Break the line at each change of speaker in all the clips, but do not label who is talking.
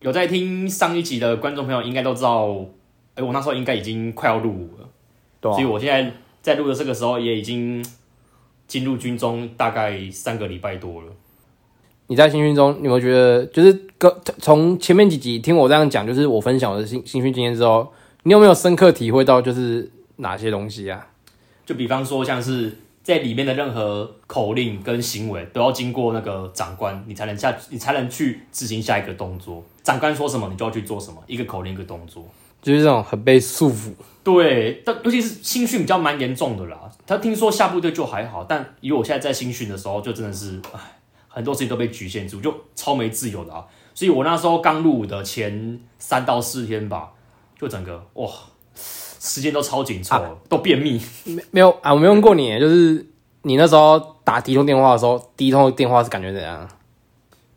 有在听上一集的观众朋友应该都知道，哎、我那时候应该已经快要入伍了，
对啊
所以我现在在录的这个时候也已经进入军中大概三个礼拜多了。
你在新训中，你有没有觉得就是跟从前面几集听我这样讲，就是我分享我的新新训经验之后，你有没有深刻体会到就是哪些东西啊？
就比方说，像是在里面的任何口令跟行为，都要经过那个长官，你才能下，你才能去执行下一个动作。长官说什么，你就要去做什么，一个口令，一个动作。
就是这种很被束缚。
对，但尤其是新训比较蛮严重的啦。他听说下部队就还好，但以我现在在新训的时候，就真的是，唉，很多事情都被局限住，就超没自由的啊。所以我那时候刚入伍的前三到四天吧，就整个哇，时间都超紧凑，
啊
都便秘。
没没有啊，我没问过你，就是你那时候打第一通电话的时候，第一通电话是感觉怎样？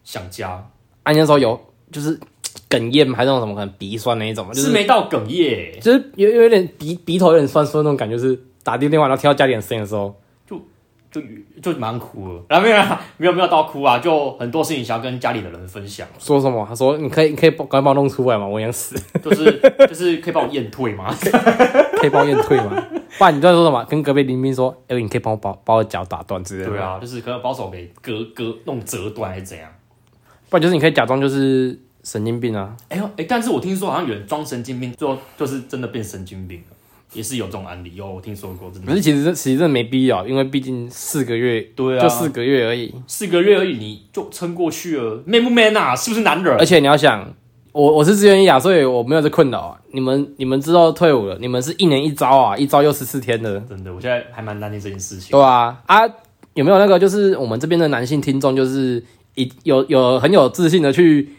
想家
啊，你那时候有就是哽咽吗还是那种什么可能鼻酸那一种吗？就是
没到哽咽，
就是有有点鼻鼻头有点酸酸那种感觉，就是打第一通电话然后听到家里人声音的时候，
就就蛮哭了。然后没有啊没有没有到哭啊，就很多事情想要跟家里的人分享，
说什么？他说你可以你可以帮赶快帮我弄出来嘛，我想死，
就是就是可以帮我验退 吗？
可以帮我验退 嘛？不然你在说什么？跟隔壁邻兵说，哎、你可以帮我把把我脚打断之类的。
对，啊，就是可能把手给割割弄折断还是怎样。
不然就是你可以假装就是神经病啊。
哎呦，哎，但是我听说好像有人装神经病，最后就是真的变神经病了，也是有这种案例哦。我听说过，真
可
的。
是其实这其实真的没必要，因为毕竟四个月、
对啊，
就四个月而已。
四个月而已，你就撑过去了，man 不 man 啊？是不是男人？
而且你要想，我我是志愿役啊，所以我没有这困扰啊。你们你们之后退伍了，你们是一年一招啊，一招又十四天的，
真的，我现在还蛮担心这件事情。
对啊啊，有没有那个就是我们这边的男性听众，就是一有有很有自信的去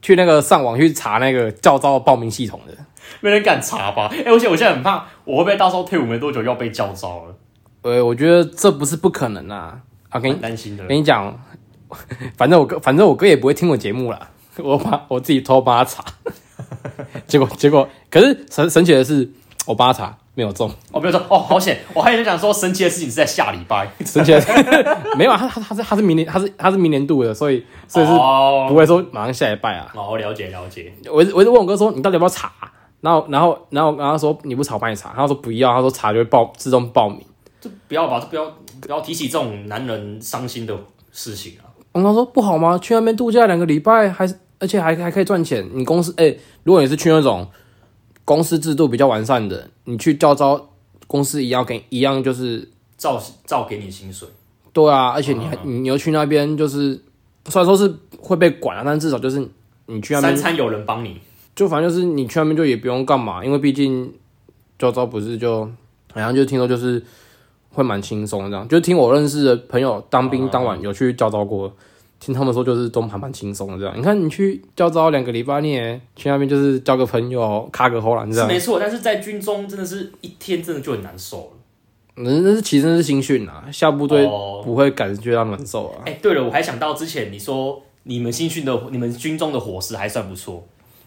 去那个上网去查那个教招报名系统的？
没人敢查吧？ 哎、而且我现在很怕，我会不会到时候退伍没多久又要被叫招了？
呃，我觉得这不是不可能啊。啊，跟
蛮
你
担心的。
跟你讲，反正我哥反正我哥也不会听我节目啦，我把我自己偷帮他查，结果结果可是神神奇的是，我帮他查没有中。
哦，没有说哦，好险！我还在想说，神奇的事情是在下礼拜，
之前没有啊，他他他是他是明年他是他是明年度的，所以所以是 不
哦，
会说马上下礼拜啊。
哦，了解了解，
我一直我一直问我哥说你到底要不要查，然后然后然后然后他说你不查我帮你查，他说不要，他说查就会报自动报名。
这不要吧，这不要不要提起这种男人伤心的事情啊！
我跟他说不好吗？去那边度假两个礼拜，还是而且还还可以赚钱。你公司哎、如果你是去那种公司制度比较完善的，你去教招公司一样给一样就是
照照给你薪水，
对啊，而且你还你又去那边就是虽然说是会被管啊，但至少就是你去那
三
边
餐有人帮你，
就反正就是你去那边就也不用干嘛，因为毕竟教招不是就好像就听说就是会蛮轻松的这样，就听我认识的朋友当兵当
嗯
晚有去教招过，听他们说就是都还蛮轻松的这样。你看你去教招两个礼拜，你也去那边就是交个朋友，卡个喉咙这
是
样。
没错。但是在军中真的是一天真的就很难受了。
那那是其实那是新训啊，下部队
哦，
不会感觉到难受啊，
哎、对了，我还想到之前你说你们新训的你们军中的伙食还算不错，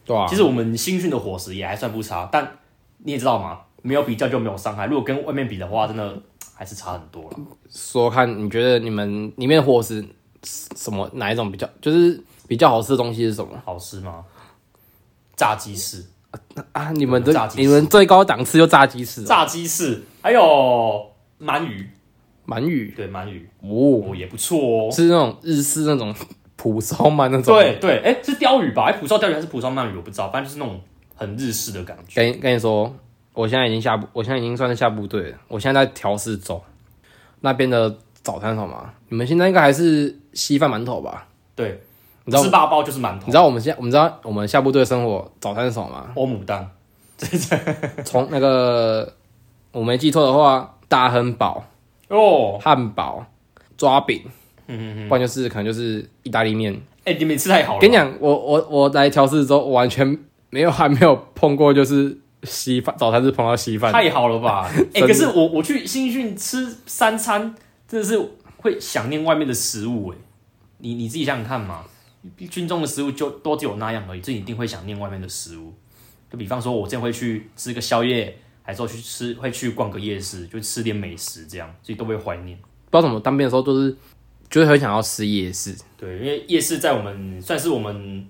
对啊
其，实我们新训的伙食也还算不差，但你也知道嘛，没有比较就没有伤害。如果跟外面比的话，真的还是差很多了。
说看你觉得你们里面的伙食是什么哪一种比较就是比较好吃的东西是什么？
好吃吗？炸鸡翅，
啊，你们这
炸鸡翅
你们最高档次就炸鸡翅、哦，
炸鸡翅，还有鳗鱼，
鳗鱼
对，鳗鱼
哦，
哦也不错哦。
是那种日式那种蒲烧鳗那种，，
对对，哎、是鲷鱼吧？哎、蒲烧鲷鱼还是蒲烧鳗鱼，我不知道，反正就是那种很日式的感觉。
跟你跟你说，我现在已经下部，我现在已经算是下部队了，我现在在调试走那边的早餐是什么啊？你们现在应该还是稀饭馒头吧？
对，
你知道
吃八包就是馒
你
头，
知道我们现在我们知道我们下部队生活早餐是什 么吗？
欧姆蛋，
从那个我没记错的话，大亨堡、
哦，
汉堡、抓饼，
嗯嗯嗯，
不然就是可能就是意大利面。
哎、你们吃太好了，
跟你讲，我我我来调试之后，我完全没有还没有碰过，就是稀饭早餐是碰到稀饭，
太好了吧？哎、
真的
可是我我去新训吃三餐，真的是会想念外面的食物哎、你你自己想想看嘛，军中的食物就都只有那样而已，这一定会想念外面的食物。就比方说，我之前会去吃个宵夜，还是会去吃，会去逛个夜市，就吃点美食这样，所以都会怀念。
不知道怎么当兵的时候都是就是很想要吃夜市，
对，因为夜市在我们算是我们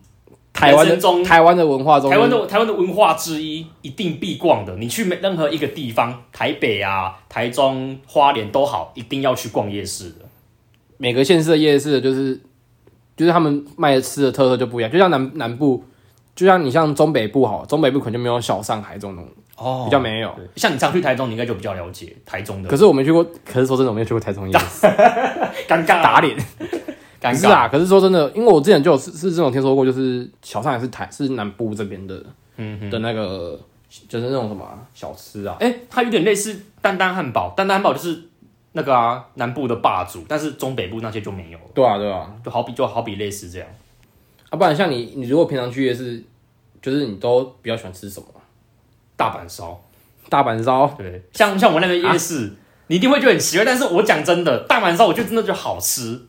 台湾
人生
的
中
台湾的文化中，
台湾的台湾的文化之一，一定必逛的。你去每任何一个地方，台北啊、台中、花莲都好，一定要去逛夜市的。
每个县市的夜市就是就是他们卖的吃的特色就不一样，就像南南部，就像你像中北部好，中北部可能就没有小上海这种东西，
哦
比较没有。
像你常去台中，你应该就比较了解台中的。
可是我没去过，可是说真的，我没有去过台中夜市，
尴尬
打脸。
尴
不是
尬，
啊，可是说真的，因为我之前就有是是这种听说过，就是小上海是台是南部这边的，嗯的那个就是那种什么啊、小吃啊，
哎、它有点类似丹丹汉堡，丹丹汉堡就是那个啊南部的霸主，但是中北部那些就没有了，
对啊对啊，
就好比就好比类似这样。
啊不然像你你如果平常去夜市，就是你都比较喜欢吃什么啊？
大阪烧，
大阪烧，
对，像像我那边
啊
夜市，你一定会觉得很奇怪，但是我讲真的，大阪烧我就真的觉得好吃。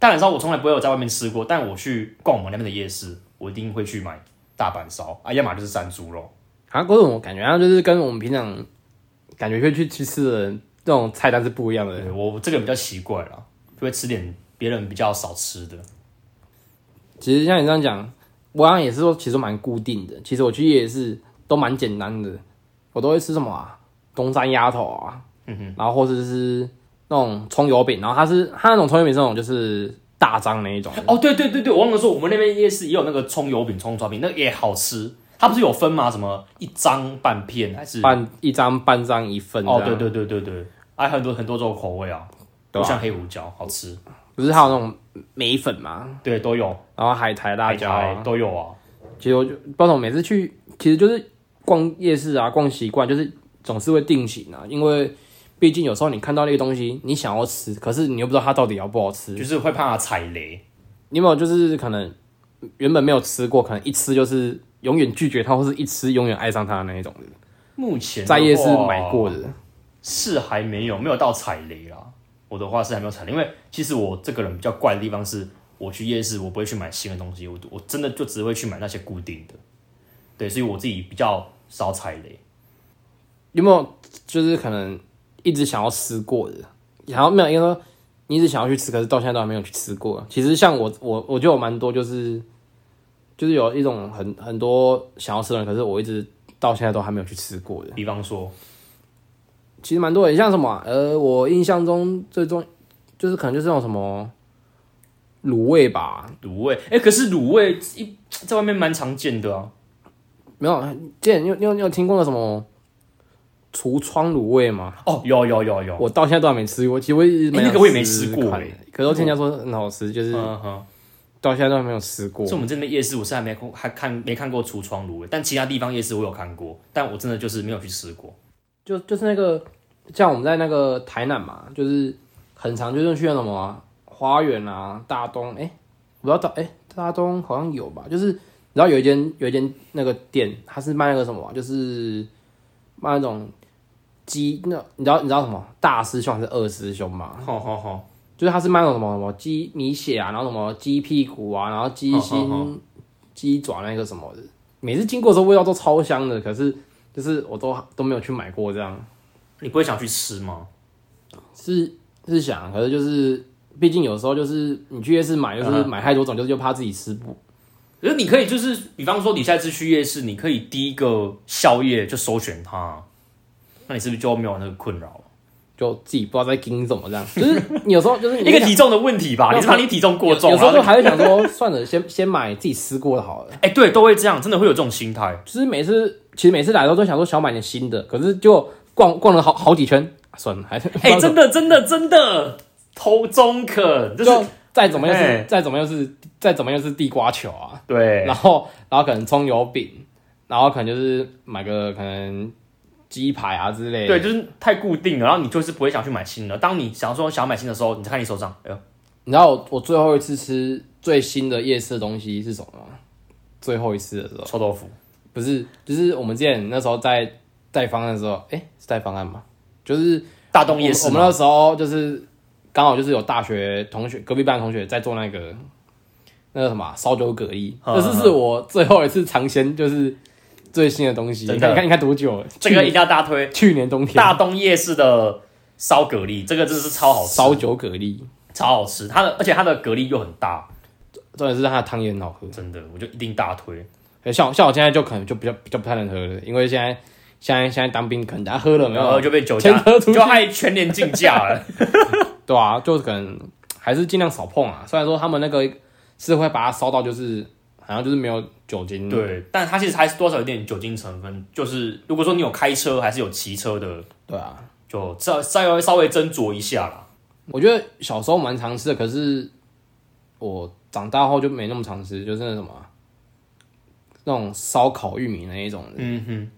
大阪烧我从来不会有在外面吃过，但我去逛我们那边的夜市，我一定会去买大阪烧啊，要么就是山猪肉。
啊，各种感觉啊，就是跟我们平常感觉会去去吃的那种菜单是不一样的。
对我我这个比较奇怪啦，就会吃点别人比较少吃的。
其实像你这样讲，我好像也是说，其实蛮固定的。其实我去夜市都蛮简单的，我都会吃什么啊？东山鸭头啊，
嗯
然后或者是那种葱油饼，然后它是它那种葱油饼是那种就是大张那一种，
哦，对对对对，我忘了说，我们那边夜市也有那个葱油饼、葱抓饼，那个也好吃。它不是有分吗？什么一张半片还是？
半一张半张一份这样。
哦，对对对对对，还、有很多很多种口味啊，
对
都
啊
像黑胡椒，好吃。
不是还有那种梅粉嘛，
对，都有
然后海苔辣椒、
海
啊
苔，都有啊。
其实我就不知道，每次去其实就是逛夜市啊，逛习惯就是总是会定型啊，因为毕竟有时候你看到那个东西，你想要吃，可是你又不知道它到底好不好吃。
就是会怕踩雷。
你有没有就是可能原本没有吃过，可能一吃就是永远拒绝它，或是一吃永远爱上它的那一种的，
目前的
在夜市
话
买过的，
是还没有，没有到踩雷啦。我的话是还没有踩雷，因为其实我这个人比较怪的地方是，我去夜市我不会去买新的东西，我我真的就只会去买那些固定的。对，所以我自己比较少踩雷。
有没有就是可能一直想要吃过的，然后没有，应该说你一直想要去吃，可是到现在都还没有去吃过。其实像我，我我就有蛮多，就是就是有一种很很多想要吃的，可是我一直到现在都还没有去吃过的。
比方说，
其实蛮多的，像什么啊、呃，我印象中最终就是可能就是那种什么卤味吧，
卤味，哎、可是卤味一在外面蛮常见的啊。
没有，之前你有你有你有听过那什么橱窗卤味吗？
哦，有有有有，
我到现在都还没吃过，其实我一直蛮
哎那个
想
我也没吃过
看的
哎
可是我听人家说很好吃，就是
嗯哼，
到现在都还没有吃过
所以。我们这边夜市我是还没看还看没看过橱窗卤味，但其他地方夜市我有看过，但我真的就是没有去吃过。
就就是那个，像我们在那个台南嘛，就是很常就是去那什么啊、花园啊、大东，哎、我不知道大哎、大东好像有吧，就是你知道有一间有一间那个店，它是卖那个什么啊、就是卖那种鸡，那你知道你知道什么啊大师兄还是二师兄吗？
好好好，
就是它是卖那种什么什么鸡米血啊，然后什么鸡屁股啊，然后鸡
哦哦
心、鸡爪那个什么的，每次经过的时候味道都超香的，可是就是我都都没有去买过，这样
你不会想去吃吗？
是是想，可是就是毕竟有时候就是你去夜市买，就是
嗯
买太多种，就是又怕自己吃不。
可是你可以就是，比方说你下次去夜市，你可以第一个宵夜就首选它，那你是不是就没有那个困扰？
就自己不知道在盯 什么这样，就是你有时候就是哎你
一个体重的问题吧，
那
你是怕你体重过重，
有时候
然
就
后就
还会想说，算了，先先买自己吃过的好了。
哎、对，都会这样，真的会有这种心 态。
就是每次其实每次来的时候都想说想买点新的，可是就逛逛了好好几圈，啊算了，还是
哎、真的，真的，真的，头中肯，就
就是再怎么又是
哎
再怎么又是再怎么又是地瓜球啊，
对
然后然后可能葱油饼，然后可能就是买个可能鸡排啊之类的。
对，，就是太固定了，然后你就是不会想去买新的。当你想说想买新的时候，你再看你手上，哎呦，
你知道我我最后一次吃最新的夜市的东西是什么吗？最后一次的时候，
臭豆腐，
不是，就是我们之前那时候在带方案的时候，哎、是带方案吗？就是
大东夜市
我们
嘛，
那时候就是刚好就是有大学同学，隔壁班同学在做那个那个什么啊烧酒蛤蜊，
嗯
这是是我最后一次尝鲜，就是最新的东西。
真
你
的
看，你看，你看多久了？
这
去
个一
年
定要大推。
去年冬天
大东夜市的烧蛤蜊，这个真的是超好吃，
烧酒蛤蜊，
超好吃。它的而且它的蛤蜊又很大，
重点是它的汤也很好喝。
真的，我就一定大推。
呃像我像我现在就可能就比较比较不太能喝了，因为现在现在现在当兵可能大家喝了没
然后
有，
就被酒
前
驾，
车出去
就害全年竞价 了。
对啊，就可能还是尽量少碰啊。虽然说他们那个是会把它烧到，就是好像就是没有酒精，，
对，但它其实还是多少有点酒精成分。就是如果说你有开车还是有骑车的，
对啊。
就稍稍微稍微斟酌一下啦。
我觉得小时候蛮常吃的，可是我长大后就没那么常吃，就是那什么啊那种烧烤玉米那一种的。
嗯哼，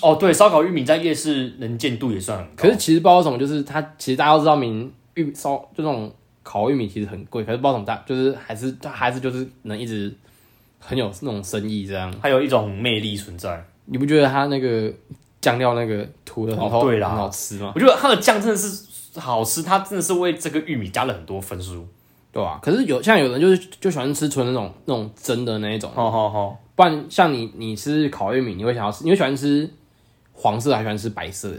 哦对，烧烤玉米在夜市能见度也算很高。
可是其实不知道为什么，就是它其实大家都知道明玉烧就那种烤玉米其实很贵，可是不知道怎么大，就是还是它还是就是能一直很有那种生意这样。
还有一种魅力存在，
你不觉得它那个酱料那个涂的很好、
哦对啦
很好吃吗？
我觉得它的酱真的是好吃，它真的是为这个玉米加了很多分数。
对吧、可是有像有人就是就喜欢吃纯那种那种蒸的那一种，
好好好，
不然像你你吃烤玉米，你会想要吃，你会喜欢吃黄色还是喜欢吃白色的？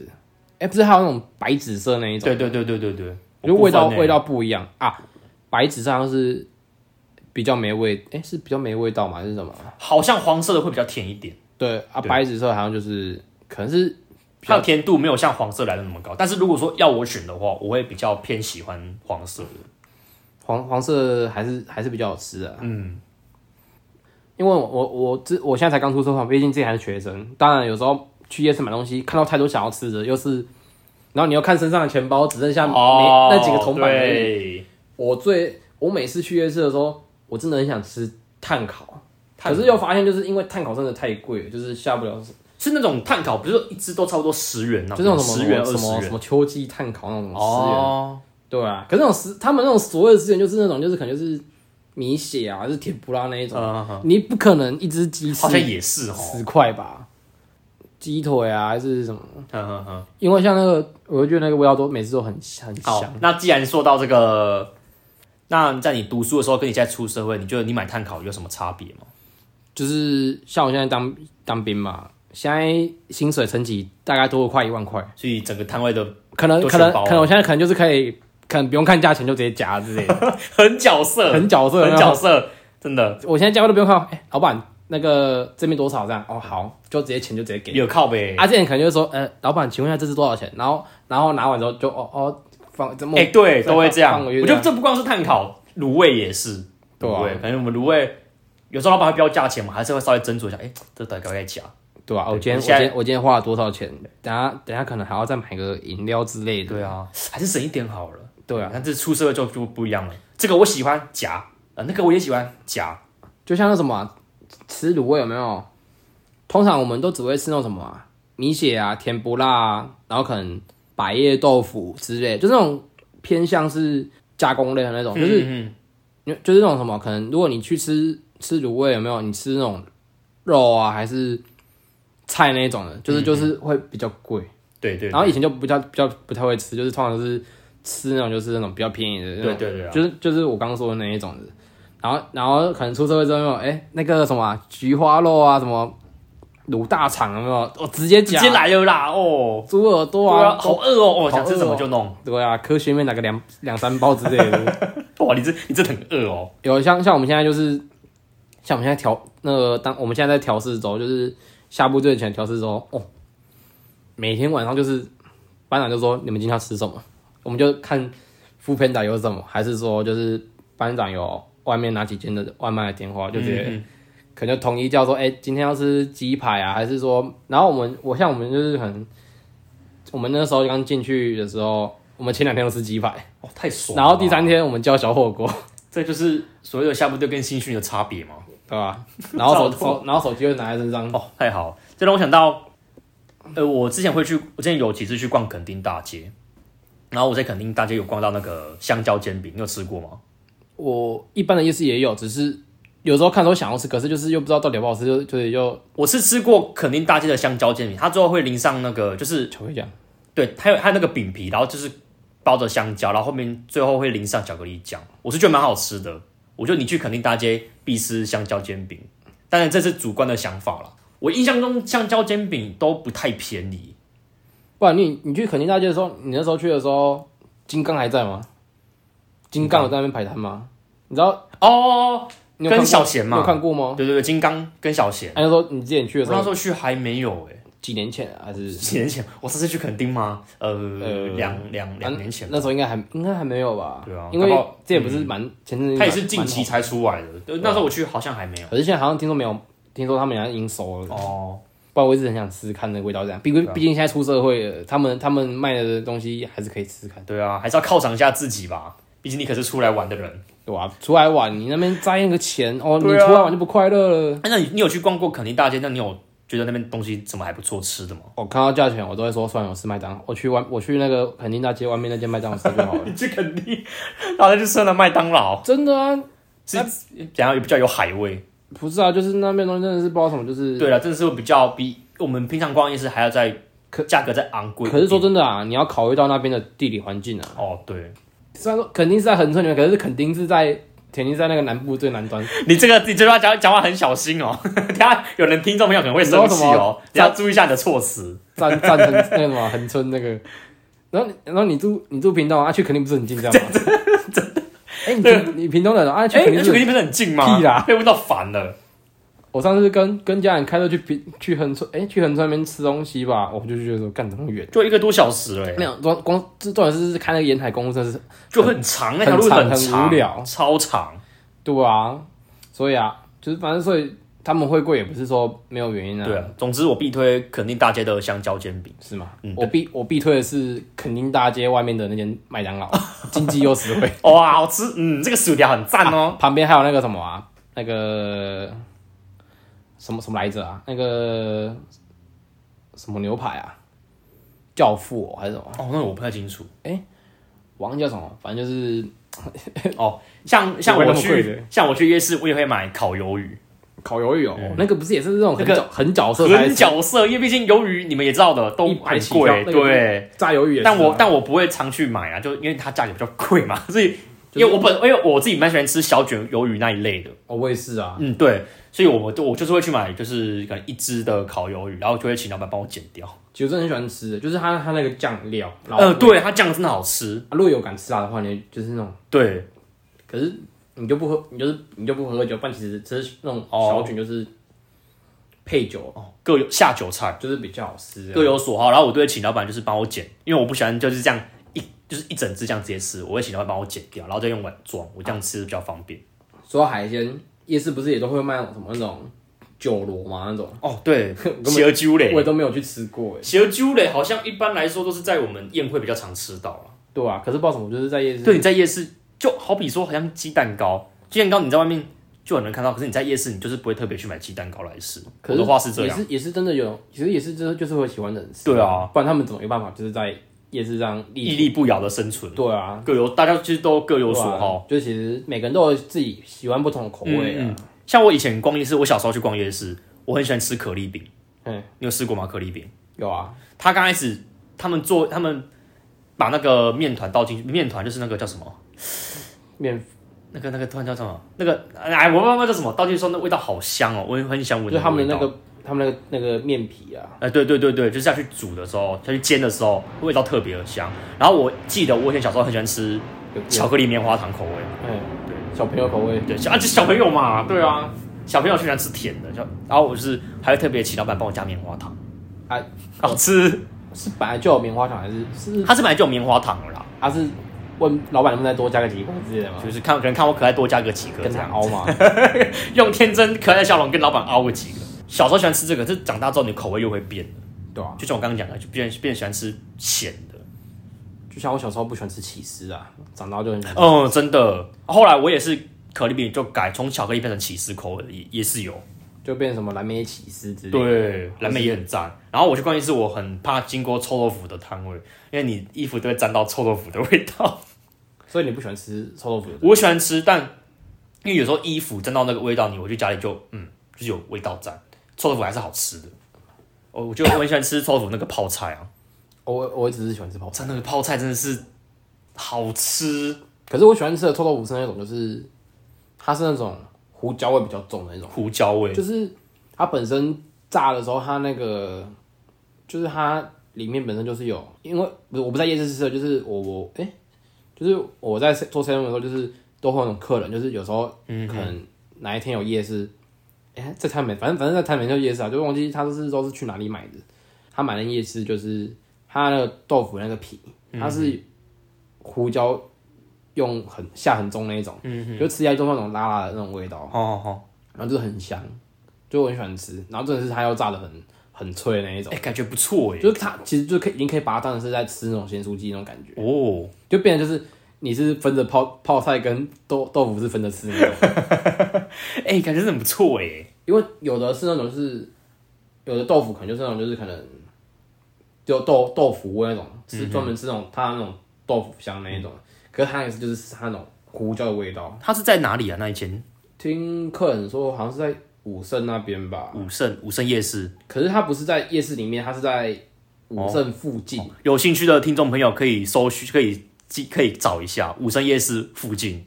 哎、不是还有那种白紫色那一种？
对对对对对对，
我觉得味道
我不分欸
味道不一样啊，白纸上是比较没味，哎、是比较没味道嘛，还是什么？
好像黄色的会比较甜一点，
对啊，
对
白纸色好像就是可能是比
它
较
的甜度没有像黄色来的那么高。但是如果说要我选的话，我会比较偏喜欢黄色的。
黄黄色还是还是比较好吃的，
嗯，
因为我我我之我现在才刚出社会，毕竟自己还是学生，当然有时候去夜市买东西，看到太多想要吃的，又是。然后你又看身上的钱包，只剩下没、
哦，
那几个铜板而已。
对，
我最我每次去夜市的时候，我真的很想吃炭烤，
炭烤
可是又发现就是因为炭烤真的太贵了，就是下不了手，
是那种碳烤，不是说一只都差不多十元那
就
种，
是那种什
十
么
元、二
什么
十
什
元。
么秋季炭烤那种十元，
哦，
对啊。可是那种十他们那种所谓的十元就是那种就是可能就是米血啊，还是甜不辣那一种，
嗯，嗯
你不可能一只鸡
嗯
翅
好像也是哦。
十块吧，鸡腿啊还是什么，
嗯嗯嗯，
因为像那个我就觉得那个味道都每次都很很
好
香。，
那既然说到这个，那在你读书的时候跟你现在出社会，你觉得你买碳烤有什么差别吗？
就是像我现在当当兵嘛，现在薪水层级大概多了快一万块，
所以整个摊位的
可能
都
可
全
能
包啊
可能我现在可能就是可以，可能不用看价钱就直接夹之 类的，
很角色，
很角色，
很
很
角
角。
色，真的
我现在价位都不用看，哎、老板那个这边多少这样？哦，好，就直接钱就直接给。
有靠呗。
啊，这人可能就会说，呃，老板，请问一下这是多少钱？然后然后拿完之后就哦哦放这么、
哎，对，都会这样。
放
我
我一下
觉得这不光是碳烤，卤味也是。
对啊
卤味，可能我们卤味有时候老板会标价钱嘛，还是会稍微斟酌一下。哎，这到底该不该加？
对吧、啊？我今天
我现
我今
在
天我今天花了多少钱？等下等下可能还要再买个饮料之类的。
对啊，还是省一点好了。
对啊，
但这出社会就就不一样了。这个我喜欢夹，啊、那个我也喜欢夹。
就像那什么啊、吃卤味有没有？通常我们都只会吃那种什么啊、米血啊、甜不辣啊，然后可能百叶豆腐之类，就那种偏向是加工类的那种，就是
嗯嗯
就是那种什么，可能如果你去吃吃卤味有没有？你吃那种肉啊还是菜那一种的，就是就是会比较贵。
对嗯对
然后以前就比较比较不太会吃，就是通常都是吃那种就是那种比较便宜的那种
对对对啊
就是就是我刚刚说的那一种的。然后然后可能出社会之后有没有，哎、那个什么啊、菊花肉啊，什么卤大肠有没有？我、直接
直
讲，
接来了啦哦。
猪耳朵
对啊，
啊，
好饿哦，哦，
好饿哦
想吃什么就弄。
对啊，科学面拿个两两三包之类的。
哇，你这你真的很饿哦。
有像像我们现在就是，像我们现在调那个当我们现在在调试周，就是下部队前调试周哦，每天晚上就是班长就说你们今天要吃什么，我们就看副班长有什么，还是说就是班长有外面哪几间的外卖的电话，就直
嗯
接、可能就统一叫说，哎、今天要吃鸡排啊，还是说，然后我们我像我们就是很，我们那时候刚进去的时候，我们前两天都吃鸡排，
哦，太爽了吧。
然后第三天我们叫小火锅。
这就是所谓的下部队跟新训的差别嘛。
对吧、 然后手
照做
手，然后手机会拿在身上。
哦，太好了，这让我想到，呃，我之前会去，我之前有几次去逛垦丁大街，然后我在垦丁大街有逛到那个香蕉煎饼，你有吃过吗？
我一般的夜市也有，只是有时候看都想要吃，可是就是又不知道到底好不好吃，就就是又
我是吃过垦丁大街的香蕉煎饼，它最后会淋上那个就是
就会讲，
对，还有它那个饼皮，然后就是包着香蕉，然后后面最后会淋上巧克力酱，我是觉得蛮好吃的。我觉得你去肯定大街必吃香蕉煎饼，当然这是主观的想法啦。我印象中香蕉煎饼都不太便宜，
不然你你去垦丁大街的时候，你那时候去的时候，金刚还在吗？金刚有在那边排摊吗？你知道
哦，
你有看过
跟小贤嘛
你有看过吗？
对对对，金刚跟小贤。
哎，那时候你之前去
我
的时
那
候
时，候去还没有哎、
几年前啊还是
几年前，我上次去垦丁吗？呃，两两两年前吧
那时候应该还应该还没有吧？
对啊
因为
搞不好
这也不是蛮前阵子
它也是近
蛮啊
期才出来的，对那时候我去好像还没有。
红，可是现在好像听说没有，听说他们好像已经收了。
哦，
不然我一直很想吃吃看那个味道是怎样，毕
啊
竟毕竟现在出社会了，他们他们卖的东西还是可以吃吃看，
对啊，还是要犒赏一下自己吧，毕竟你可是出来玩的人。
对吧、出来玩，你那边摘那个钱哦，你
对啊
出来玩就不快乐了。
哎那你你有去逛过垦丁大街？那你有觉得那边东西怎么还不错吃的吗？
我看到价钱，我都会说算了，我吃麦当劳，我去外我去那个肯丁大街外面那间麦当劳吃就好了。
你去垦丁， 然后就吃了麦当劳，
真的啊，
是然后比较有海味。
不是啊，就是那边东西真的是不知道什么，就是
对了，啊真的是会比较比我们平常逛夜市还要再价格再昂贵一点。
可是说真的啊，你要考虑到那边的地理环境啊。
哦，对
虽然说肯定是在横村里面，可是肯定是在肯定是在那个南部最南端。
你这个你这句话讲讲话很小心哦， 等下有人听众朋友可能会生气哦，
你知道什么
你要注意一下你的措辞。
站站成那个什么横村那个，然后你然后你住你住屏东啊，去肯定不是很近 这样吗？真 的，哎，你屏你屏东人啊，啊去
哎，
肯
那
定
去
是
垦。丁不是很近吗？
屁啦
被问到烦了。
我上次跟跟家人开车去屏去横村，哎，去横村那边吃东西吧，我就觉得说干怎么那么远。
就一个多小时了耶，
没有，光光这重点是开那个沿海公路，真的是
就很长，那
很
条路
长
长，
很无聊
超长。
对啊，所以啊，就是反正所以他们会贵也不是说没有原因啊，
对啊，总之我必推肯定大街的香蕉煎饼。
是吗？
嗯
我必我必推的是垦丁大街外面的那间麦当劳，经济又实惠，
哇，好吃！嗯，这个薯条很赞哦。
旁边还有那个什么啊，那个什么什么来着啊，那个什么牛排啊，教父哦、还是什么，
哦，那我不太清楚。
忘记叫什么，反正就是
像像
不会
我
那么贵
去像我去夜市，我也会买烤鱿鱼，
烤鱿鱼哦、那个不是也是那种很
那
角很角色才
很角色，因为毕竟鱿鱼你们也知道的都
一百
很
起跳
贵，
那个
对。
炸鱿鱼也是啊、
但我但我不会常去买啊，就因为它价格比较贵嘛， 所以因为我本因为我自己蛮喜欢吃小卷鱿鱼那一类的，
哦我也是啊，
嗯对，所以我我我就是会去买，就是可能一只的烤鱿鱼，然后就会请老板帮我剪掉。
其实我真的很喜欢吃的，就是它它那个酱料，然后、
呃，对，它酱真的好吃。
啊如果有敢吃辣的话，你就是那种，
对，
可是你就不喝，你就是你就不喝酒，但其实只是那种
哦
小卷就是配酒，
哦，各有下酒菜，
就是比较好吃的。
各有所好。然后我都会请老板就是帮我剪，因为我不喜欢就是这样一就是一整只这样直接吃，我会请老板帮我剪掉，然后再用碗装，我这样吃比较方便。
说到海鲜，夜市不是也都会卖那种什么那种酒螺嘛那种，
哦，对，
根本
蛇揪
我也
嘞，
都没有去吃过哎。
蛇揪嘞，好像一般来说都是在我们宴会比较常吃到了。
对啊，可是不知道什么，我就是在夜市，
对，你在夜市就好比说，好像鸡蛋糕，鸡蛋糕你在外面就很能看到，可是你在夜市你就是不会特别去买鸡蛋糕来吃。
可
我
是
的话是这样，
也是也是真的有，其实也是真的就是会喜欢的人吃。
啊对啊，
不然他们怎么有办法就是在夜市上
屹
立
立不摇的生存，
对啊，
各有大家其实都各有所
对啊
好。，嗯
就其实每个人都有自己喜欢不同的口味啊。
像我以前逛夜市，我小时候去逛夜市，我很喜欢吃可丽饼。
嗯，
你有试过吗？可丽饼，
有啊，
他刚开始他们做，他们把那个面团倒进去，面团就是那个叫什么？
面
那个那个突然叫什么？那个哎，我忘了叫什么。倒进去的时候那味道好香哦，我很很想闻。
就是他们那，个他们那个那个面皮啊，
哎，对对对对，就是下去煮的时候，下去煎的时候，味道特别的香。然后我记得我以前小时候很喜欢吃
有
巧克力棉花糖口味，
哎，
对。
小朋友口味，
对，小啊，就小朋友嘛，对啊，小朋友最喜欢吃甜的，就然后我就是还会特别请老板帮我加棉花糖，
啊，
好吃。
是本来就有棉花糖还是是
他是本来就有棉花糖了啦，
他是问老板能不能再多加个几块之类的吗？
就是看可能看我可爱多加个几个
跟
这
他
样，
凹 嘛，
用天真可爱的笑容跟老板凹个几个。小时候喜欢吃这个，这长大之后你口味又会变了，
对啊，
就像我刚刚讲的，就变变喜欢吃咸的。
就像我小时候不喜欢吃起司啊，长大就很喜欢。
嗯，真的。后来我也是可丽饼就改从巧克力变成起司口味，也也是有。
就变成什么蓝莓起司之类的。
对，蓝莓也很赞。然后我去逛夜市，我很怕经过臭豆腐的摊位，因为你衣服都会沾到臭豆腐的味道。
所以你不喜欢吃臭豆腐的？
我喜欢吃，但因为有时候衣服沾到那个味道，你我去家里就嗯，就是有味道沾。臭豆腐还是好吃的。哦，我就我很喜欢吃臭豆腐那个泡菜啊，哦
我我只是喜欢吃泡菜，
真的那个泡菜真的是好吃，
可是我喜欢吃的臭豆腐是那种，就是它是那种胡椒味比较重的那种，
胡椒味。
就是它本身炸的时候，它那个就是它里面本身就是有，因为不是我不在夜市吃的，就是我我哎、就是我在做 C M 的时候，就是都会有那种客人，就是有时候可能哪一天有夜市，哎、在台北，反正反正在台北就有夜市啊，就忘记他是都是去哪里买的。他买的夜市就是他那个豆腐那个皮，它是胡椒用很下很重那一种，就吃起来就那种辣辣的那种味道，
哦哦，
然后就是很香，就我很喜欢吃。然后真的是它要炸的很很脆的那一种，
哎、感觉不错哎、
就是它其实就可以已经可以把它当成是在吃那种咸酥鸡那种感觉。
哦，
就变成就是你是分着泡泡菜跟豆豆腐是分着吃那种，
哎、感觉真的很不错哎、
因为有的是那种就是有的豆腐可能就是那种就是可能就豆豆腐味那种，是专门吃那种它那种豆腐香那一种，可是它也是就是它那种胡椒的味道。
它是在哪里啊？那一间
听客人说好像是在武圣那边吧，
武圣武圣夜市，
可是它不是在夜市里面，它是在武圣附近。
有兴趣的听众朋友可以搜寻，可以记可以找一下武圣夜市附近，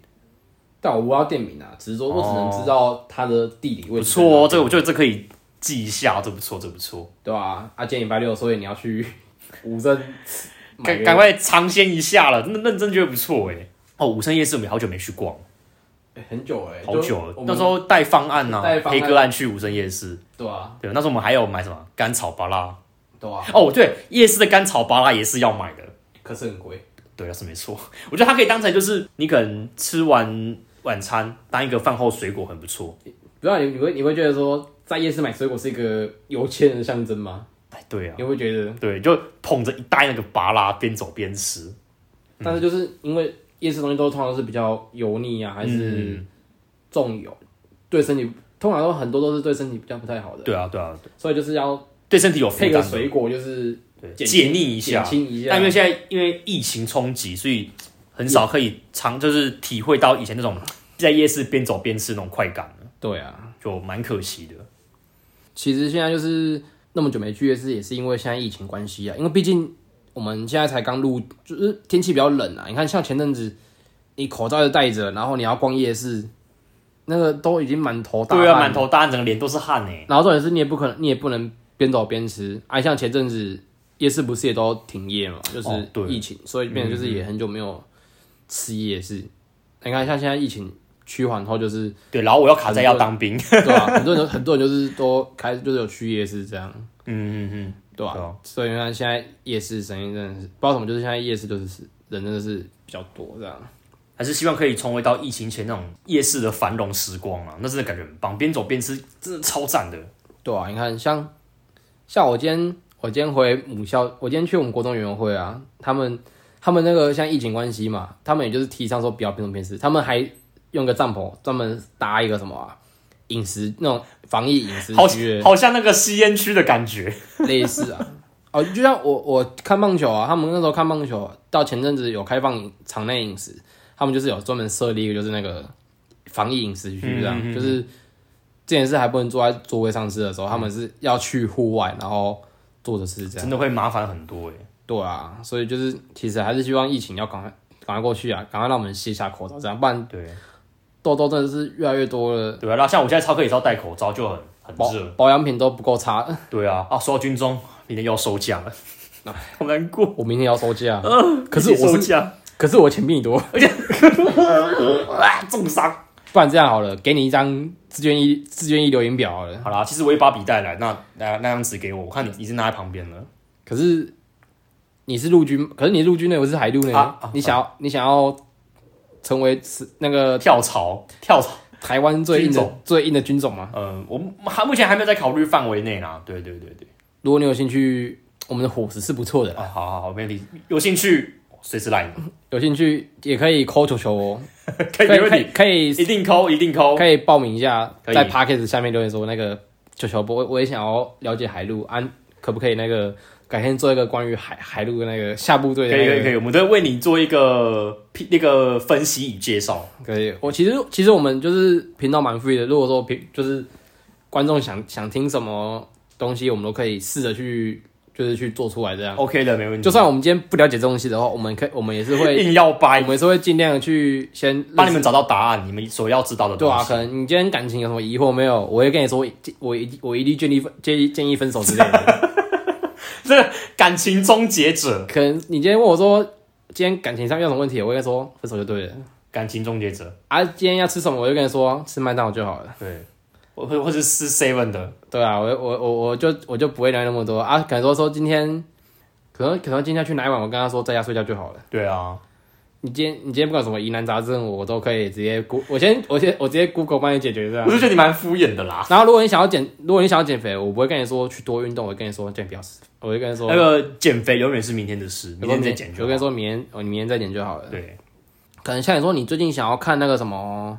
但我不知道店名啊，只是说我只能知道它的地理位
不
置。
错哦，这个我觉得这可以记一下，这不错，这不错，
对啊，啊，今天礼拜六，所以你要 去五镇买
赶
个
赶快尝鲜一下了，真的认真觉得不错哎、哦，武圣夜市我们好久没去逛，
欸很久哎、
好久了
就我。
那
们
时候带方案呐、
带
啊，
方
黑
案
哥案去武圣夜市，
对啊，
对，那时候我们还有买什么甘草巴拉。
对啊，
哦，对，夜市的甘草巴拉也是要买的。
可是很贵。
对，是没错。 我觉得它可以当成就是你可能吃完晚餐当一个饭后水果很不错。
不知道你你会你会觉得说在夜市买水果是一个有钱人的象征吗？
哎，对啊，
你会不会觉得？
对，就捧着一袋那个巴拉边走边吃。
但是就是因为夜市东西都通常是比较油腻啊，还是重油，对身体通常都很多都是对身体比较不太好的，
对啊，对啊，
所以就是要
对身体有负
配
担的。
个水果就是
对解
减轻
腻一下
减。轻一下。
但因为现在因为疫情冲击，所以很少可以尝，就是体会到以前那种在夜市边走边吃那种快感了，
对啊，
就蛮可惜的。
其实现在就是那么久没去夜市，也是因为现在疫情关系啊。因为毕竟我们现在才刚入，就是天气比较冷啊。你看，像前阵子你口罩就戴着，然后你要逛夜市，那个都已经满头大汗。
对啊，满。头大汗，整个脸都是汗哎、
然后重点是你也不可能，你也不能边走边吃。哎、像前阵子夜市不是也都停业嘛，就是
哦对
疫情，所以变成就是也很久没有吃夜市。你看，像现在疫情趋缓后，就是
对，然后我又卡在要当兵，
对吧、很多人很多人就是都开始就是有去夜市这样。
嗯嗯嗯，
对吧、
对啊
所以你看现在夜市生意真的是不知道为什么，就是现在夜市就是人真的是比较多这样。
还是希望可以重回到疫情前那种夜市的繁荣时光啊，那真的感觉很棒，边走边吃，真的超赞的。
对啊，你看像像我今天我今天回母校，我今天去我们国中园游会啊，他们他们那个像疫情关系嘛，他们也就是提倡说不要边走边吃，他们还用个帐篷专门搭一个什么啊饮、食那种防疫饮食
好
区，
好像那个吸烟区的感觉。
类似啊。哦，就像我我看棒球啊，他们那时候看棒球，到前阵子有开放饮场内饮食，他们就是有专门设立一个就是那个防疫饮食区这样，就是之前是还不能坐在座位上吃的时候，他们是要去户外，然后坐着吃这样。
真的会麻烦很多哎、
对啊，所以就是其实还是希望疫情要赶快赶快过去啊，赶快让我们卸下口罩，这样不然
对
痘痘真的是越来越多了，
对啊，那像我现在超可以要戴口罩就很
保
很热。
保养品都不够擦，
对啊，啊，说到军中，明天又要收假了， 好难过。
我明天要收假，可是
一起收
我是
假，
可是我钱比你多。
啊，重伤。
不然这样好了，给你一张自愿意自愿意留言表好了。
好啦，其实我也把笔带来，那那那张纸给我，我看你你是拿在旁边了。
可是你是陆军，可是你陆军内我是海陆内，
啊啊
你想要、你想要成为是那个
跳槽，跳槽。
台湾最硬
军
的最硬的军种吗？
嗯，我们还目前还没有在考虑范围内啦。对对对对，
如果你有兴趣，我们的伙食是不错的啦，
啊，好好好，没问题。有兴趣随时来，
有兴趣也可以扣球球哦，
可以
可
没
以
问
可以
题，
可以
一定扣，一定扣。
可以报名一下，
可以
在 p a c k a g e 下面留言说那个球球我我也想要了解海陆，安、可不可以那个改天做一个关于海海陆的那个下部队
可
的、
以
那个
可以可以，我们都会为你做一个那个分析与介绍。
可以，我其实其实我们就是频道蛮 free 的。如果说频就是观众想想听什么东西，我们都可以试着去就是去做出来这样。
OK 的，没问题。
啊就算我们今天不了解这东西的话，我们可以我们也是 会，
硬要
我
掰，
们也是会尽量地去先
帮你们找到答案，你们所要知道的
对啊，
东
可
西。
能你今天感情有什么疑惑没有？我会跟你说，我一我一律建议分建议建议分手之类 的。
感情终结者，
可能你今天问我说今天感情上遇到什么问题，我会跟你说分手就对了。
感情终结者，
啊，今天要吃什么，我就跟你说吃麦当劳就好了。
对，或或或者是 seven 的，
对啊，我我我我就我就不会聊那么多啊。可能说说今天，可能可能今天要去哪一晚，我跟他说在家睡觉就好了。
对啊，
你今天你今天不管什么疑难杂症，我都可以直接 Go，我先我先我直接 Google 帮你解决这样
我。就觉得你蛮敷衍的啦。
然后如果你想要减，如果你想要减肥，我不会跟你说去多运动，我会跟你说减不要吃，我会跟你说
那个减肥永远是明天的事，哎明天再减
我
就
会
好
跟你说明天哦，你明天再减就好了。
对，
可能像你说，你最近想要看那个什么，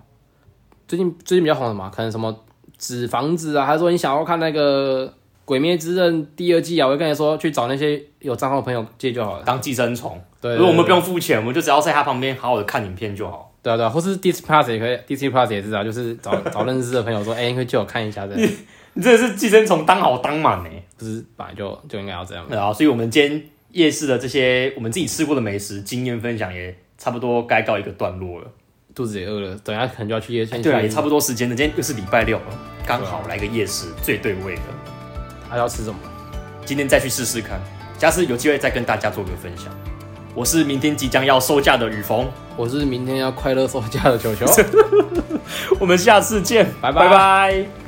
最近最近比较红的嘛，可能什么纸房子啊，还是说你想要看那个《鬼灭之刃》第二季啊？我会跟你说，去找那些有账号的朋友借就好了。
当寄生虫。
对，
如果我们不
用，
用付钱，我们就只要在他旁边好好的看影片就好。
对啊对啊，或是 Disney Plus 也可以，Disney Plus 也是啊，就是找找认识的朋友说，哎、你可以借我看一下这样，
你真的是寄生虫当好当满呢、
不是本来就就应该要这样。
对啊，所以我们今天夜市的这些我们自己吃过的美食经验分享也差不多该告一个段落了。
肚子也饿了，等一下可能就要去夜市。
对啊，也
去
差不多时间了，今天又是礼拜六了，刚好来个夜市最对味的。
还要吃什么？
今天再去试试看，下次有机会再跟大家做个分享。我是明天即将要收假的雨峰，
我是明天要快乐收假的球球。
我们下次见，
拜拜
拜拜